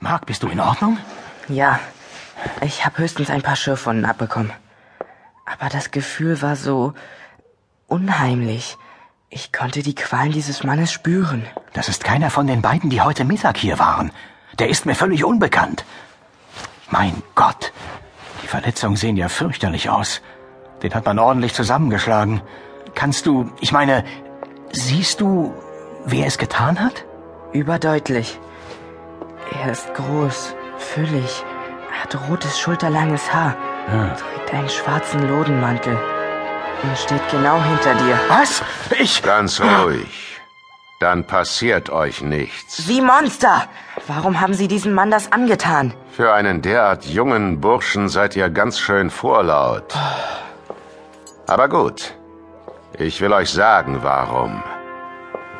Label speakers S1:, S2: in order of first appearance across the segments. S1: Marc, bist du in Ordnung?
S2: Ja, ich habe höchstens ein paar Schürfwunden abbekommen. Aber das Gefühl war so unheimlich. Ich konnte die Qualen dieses Mannes spüren.
S1: Das ist keiner von den beiden, die heute Mittag hier waren. Der ist mir völlig unbekannt. Mein Gott, die Verletzungen sehen ja fürchterlich aus. Den hat man ordentlich zusammengeschlagen. Kannst du, ich meine, siehst du, wer es getan hat?
S2: Überdeutlich. Er ist groß, füllig, hat rotes, schulterlanges Haar,
S1: Ja.
S2: trägt einen schwarzen Lodenmantel und steht genau hinter dir.
S1: Was? Ich.
S3: Ganz ruhig. Dann passiert euch nichts.
S2: Wie Monster! Warum haben Sie diesem Mann das angetan?
S3: Für einen derart jungen Burschen seid ihr ganz schön vorlaut. Aber gut. Ich will euch sagen, warum.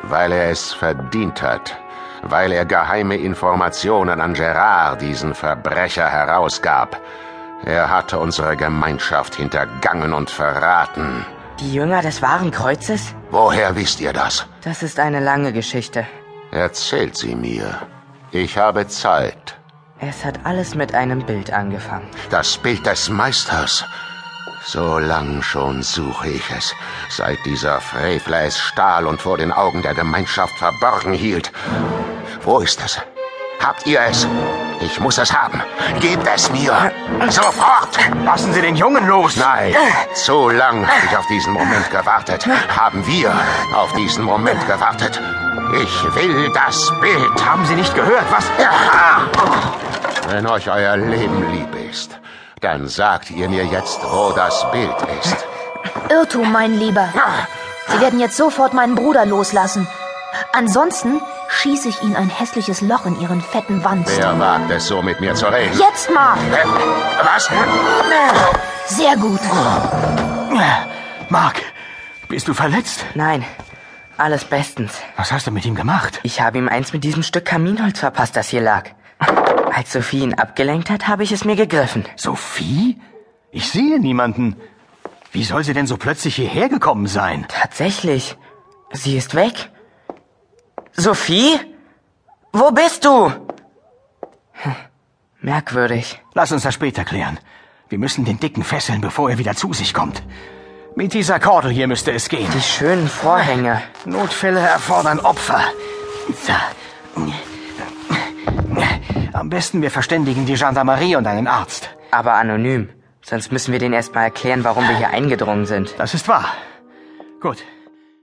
S3: Weil er es verdient hat. Weil er geheime Informationen an Gerard, diesen Verbrecher, herausgab. Er hatte unsere Gemeinschaft hintergangen und verraten.
S2: Die Jünger des wahren Kreuzes?
S3: Woher wisst ihr das?
S2: Das ist eine lange Geschichte.
S3: Erzählt sie mir. Ich habe Zeit.
S2: Es hat alles mit einem Bild angefangen.
S3: Das Bild des Meisters. So lang schon suche ich es, seit dieser Frevler es stahl und vor den Augen der Gemeinschaft verborgen hielt. Wo ist es? Habt ihr es? Ich muss es haben. Gebt es mir. Sofort!
S1: Lassen Sie den Jungen los!
S3: Nein, zu lang habe ich auf diesen Moment gewartet. Haben wir auf diesen Moment gewartet. Ich will das Bild.
S1: Haben Sie nicht gehört? Was?
S3: Wenn euch euer Leben lieb ist, dann sagt ihr mir jetzt, wo das Bild ist.
S4: Irrtum, mein Lieber. Sie werden jetzt sofort meinen Bruder loslassen. Ansonsten schieße ich Ihnen ein hässliches Loch in Ihren fetten Wanst.
S3: Wer wagt es so mit mir zu reden?
S4: Jetzt mal!
S3: Hä? Was?
S4: Sehr gut.
S1: Marc, bist du verletzt?
S2: Nein, alles bestens.
S1: Was hast du mit ihm gemacht?
S2: Ich habe ihm eins mit diesem Stück Kaminholz verpasst, das hier lag. Als Sophie ihn abgelenkt hat, habe ich es mir gegriffen.
S1: Sophie? Ich sehe niemanden. Wie soll sie denn so plötzlich hierher gekommen sein?
S2: Tatsächlich. Sie ist weg. Sophie? Wo bist du? Hm, Merkwürdig.
S1: Lass uns das später klären. Wir müssen den Dicken fesseln, bevor er wieder zu sich kommt. Mit dieser Kordel hier müsste es gehen.
S2: Die schönen Vorhänge.
S1: Notfälle erfordern Opfer. So. Am besten wir verständigen die Gendarmerie und einen Arzt.
S2: Aber anonym. Sonst müssen wir denen erstmal erklären, warum wir hier eingedrungen sind.
S1: Das ist wahr. Gut.